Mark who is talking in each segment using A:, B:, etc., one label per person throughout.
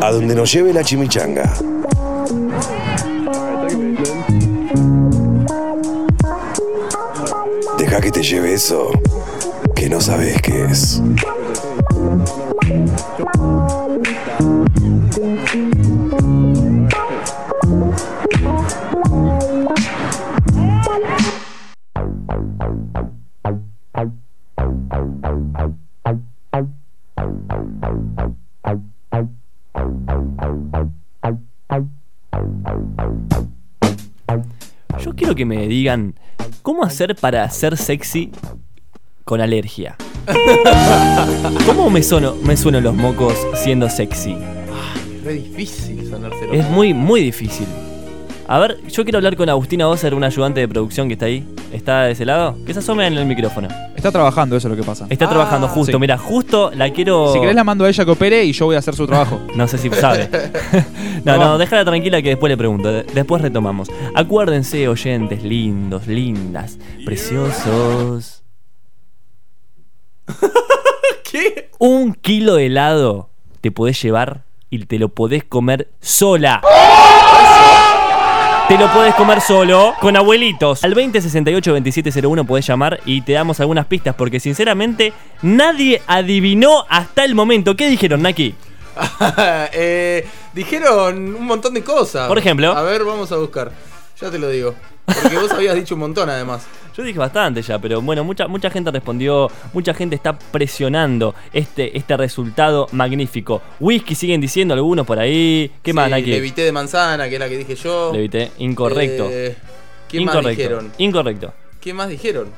A: A donde nos lleve la chimichanga. Deja que te lleve eso que no sabes qué es.
B: Yo quiero que me digan cómo hacer para ser sexy con alergia. ¿Cómo me sono, me sueno los mocos siendo sexy?
C: Re difícil sonárselo.
B: Es muy, muy difícil. A ver, yo quiero hablar con Agustina Bosser, una ayudante de producción que está ahí. ¿Está de ese lado? Que se asome en el micrófono.
D: Está trabajando, eso es lo que pasa.
B: Está
C: Ah,
B: trabajando justo,
D: sí.
B: mira, justo la quiero.
D: Si querés la mando a ella que opere y yo voy a hacer su trabajo.
B: No sé si sabe. No,
D: No.
B: no, déjala tranquila que después le pregunto. De- Después retomamos. Acuérdense, oyentes lindos, lindas, preciosos.
C: ¿Qué?
B: Un kilo de helado te podés llevar y te lo podés comer sola. Te lo podés comer solo con abuelitos. Al 2068-2701 podés llamar y te damos algunas pistas porque sinceramente nadie adivinó hasta el momento. ¿Qué dijeron, Naki?
C: Eh, dijeron un montón de cosas.
B: Por ejemplo.
C: A ver, vamos a buscar. Ya te lo digo. Porque vos habías dicho un montón además.
B: Yo dije bastante ya, pero bueno, mucha, mucha gente respondió, mucha gente está presionando este, este resultado magnífico. Whisky siguen diciendo algunos por ahí. ¿Qué más,
C: Sí,
B: Naki?
C: Levité de manzana, que es la que dije yo.
B: Levité. Incorrecto.
C: Eh, ¿Qué
B: Incorrecto.
C: más dijeron?
B: Incorrecto.
C: ¿Qué más dijeron?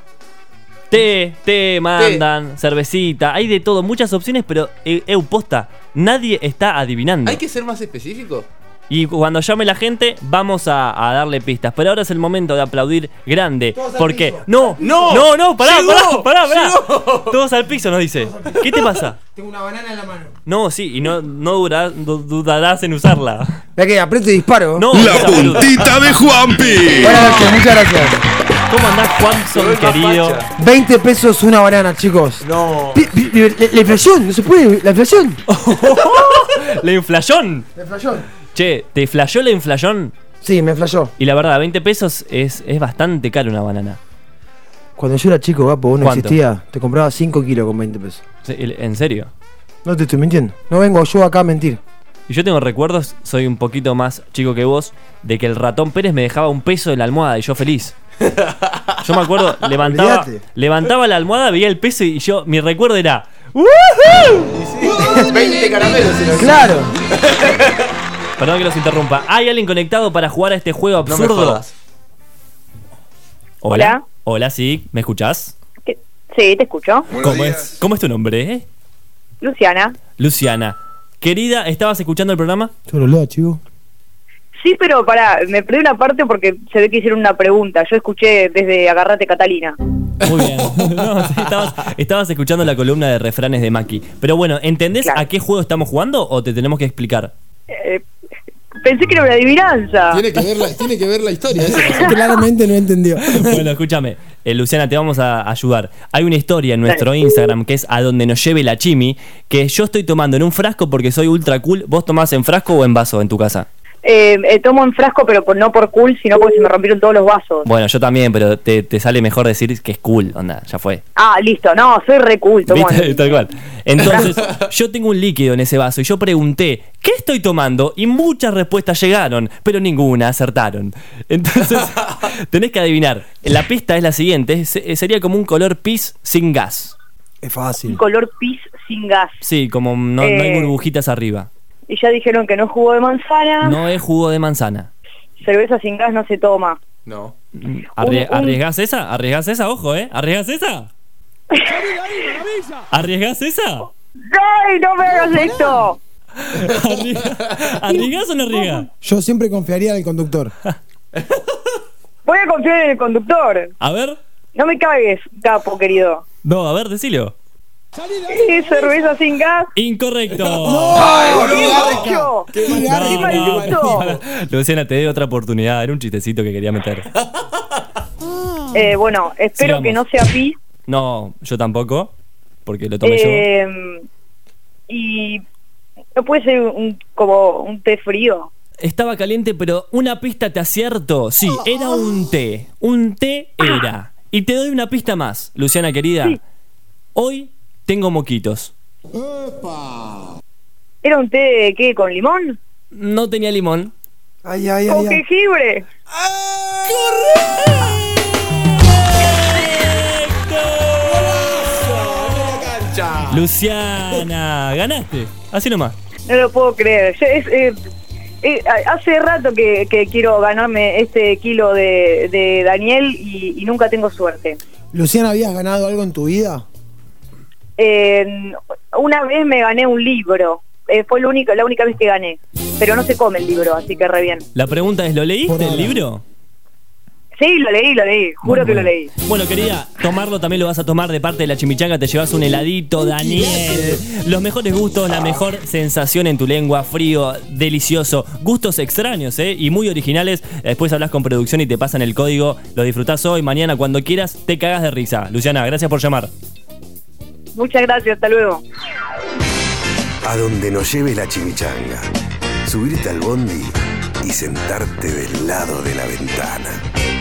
B: Té, té, mandan, cervecita, hay de todo, muchas opciones, pero eh, eu, posta, nadie está adivinando.
C: ¿Hay que ser más específico?
B: Y cuando llame la gente, vamos a, a darle pistas. Pero ahora es el momento de aplaudir grande. porque. No,
C: ¡No!
B: no, no, pará,
C: ¡Llegó!
B: pará, pará, pará.
C: ¡Llegó!
B: Todos al piso nos dice. ¿Qué te pasa?
E: Tengo una banana en la mano.
B: No, sí, y no, no durá- du- dudarás en usarla.
E: La que aprieto y disparo.
B: No,
A: La
B: esa boluda.
A: puntita de Juanpi.
E: Buenas noches, muchas gracias.
B: ¿Cómo andás,
C: Te
B: Juanson,
C: doy más
B: querido?
C: facha.
E: 20 pesos una banana, chicos.
C: No.
E: Pi- pi- pi- La, la inflación, no se puede, la inflación.
B: La inflación.
E: La inflación.
B: Che, ¿te flayó la inflación?
E: Sí, me flayó.
B: Y la verdad, 20 pesos es, es bastante caro una banana.
E: Cuando yo era chico, Gapo, vos no
B: ¿Cuánto?
E: existía, te compraba 5 kilos con 20 pesos.
B: Se- el- En serio.
E: No te estoy mintiendo. No vengo yo acá a mentir.
B: Y yo tengo recuerdos, soy un poquito más chico que vos, de que el ratón Pérez me dejaba un peso en la almohada y yo feliz. Yo me acuerdo, levantaba,
E: Olvídate.
B: levantaba la almohada, veía el peso y yo, mi recuerdo era.
C: Sí, 20 caramelos. se los-
E: Claro.
B: Perdón que los interrumpa. ¿Hay alguien conectado para jugar a este juego
C: No me
B: absurdo?
C: jodas.
B: Hola. Hola, sí, ¿me escuchás?
F: ¿Qué? Sí, te escucho.
B: ¿Cómo es, ¿Cómo es tu nombre, eh?
F: Luciana.
B: Luciana. Querida, ¿estabas escuchando el programa?
E: Yo lo leo, chico.
F: Sí, pero pará, me perdí una parte porque se ve que hicieron una pregunta. Yo escuché desde Agarrate Catalina.
B: Muy bien. No, sí, estabas, estabas escuchando la columna de refranes de Maki. Pero bueno, ¿entendés
F: Claro.
B: a qué juego estamos jugando o te tenemos que explicar?
F: Eh, pensé que era una adivinanza.
G: Tiene que ver la, tiene que ver la historia. ¿eh? eso.
E: Claramente no entendió.
B: Bueno, escúchame, eh, Luciana, te vamos a ayudar. Hay una historia en nuestro Instagram que es a donde nos lleve la chimi, que yo estoy tomando en un frasco porque soy ultra cool. ¿Vos tomás en frasco o en vaso en tu casa?
F: Eh, eh, tomo en frasco, pero por- no por cool, sino porque se me rompieron todos los vasos.
B: Bueno, yo también, pero te, te sale mejor decir que es cool, onda, ya fue.
F: Ah, listo. No, soy re cool. Tomo
B: ¿Viste?
F: en-
B: Tal cual. Entonces, yo tengo un líquido en ese vaso y yo pregunté, ¿qué estoy tomando? Y muchas respuestas llegaron, pero ninguna acertaron. Entonces, tenés que adivinar. La pista es la siguiente, se- sería como un color pis sin gas.
E: Es
F: un
E: fácil.
F: color pis sin gas.
B: Sí, como no, no hay
F: Eh.
B: burbujitas arriba.
F: Y ya dijeron que no es jugo de manzana.
B: No es jugo de manzana.
F: Cerveza sin gas no se toma.
C: No.
B: Arrie-
F: Un- un-
B: ¿Arriesgás esa? ¿Arriesgás esa? Ojo, ¿eh? ¿Arriesgás esa? ¿Arriesgás esa?
F: ¡Ay, no me hagas esto!
B: ¿Arriesgás- ¿Arriesgás o no arriesgás?
G: Yo siempre confiaría en el conductor.
F: Voy a confiar en el conductor.
B: A ver.
F: No me cagues, capo querido.
B: No, a ver, decilo.
F: ¿Qué es cerveza sin gas?
B: Incorrecto.
F: Yo.
B: No,
F: ¡Qué
B: no,
F: maldito!
B: no. Luciana, te doy otra oportunidad. Era un chistecito que quería meter.
F: Eh, bueno, espero
B: Mm. Sigamos.
F: que no sea pi.
B: No, yo tampoco. porque lo tomé yo.
F: Eh, Y no puede ser un, como un té frío.
B: Estaba caliente, pero una pista te acierto. Sí, era un té. Un té era. Y te doy una pista más, Luciana querida.
F: Sí.
B: Hoy tengo moquitos.
F: ¿Era un té qué? ¿Con limón?
B: No tenía limón.
E: Ay, ay, ay.
F: ¿Con
E: ay.
F: jengibre?
B: Luciana, ganaste. Así nomás.
F: No lo puedo creer. Yo- es, eh, eh, hace rato que, que quiero ganarme este kilo de, de Daniel y, y nunca tengo suerte.
G: Luciana, ¿habías ganado algo en tu vida?
F: Eh, una vez me gané un libro. Eh, fue lo único, la única vez que gané. Pero no se come el libro, así que re bien.
B: La pregunta es, ¿lo
G: Por
B: leíste el
G: ahora.
B: libro?
F: Sí, lo leí, lo leí.
B: Bueno,
F: Juro que lo
B: bueno.
F: leí.
B: Bueno, querida, tomarlo también lo vas a tomar de parte de la chimichanga. Te llevas un heladito, Daniel. Los mejores gustos, la mejor sensación en tu lengua, frío, delicioso. Gustos extraños, ¿eh? Y muy originales. Después hablas con producción y te pasan el código. Lo disfrutás hoy, mañana, cuando quieras. Te cagas de risa. Luciana, gracias por llamar.
F: Muchas gracias, hasta luego.
A: A donde nos lleve la chimichanga. Subirte al bondi y sentarte del lado de la ventana.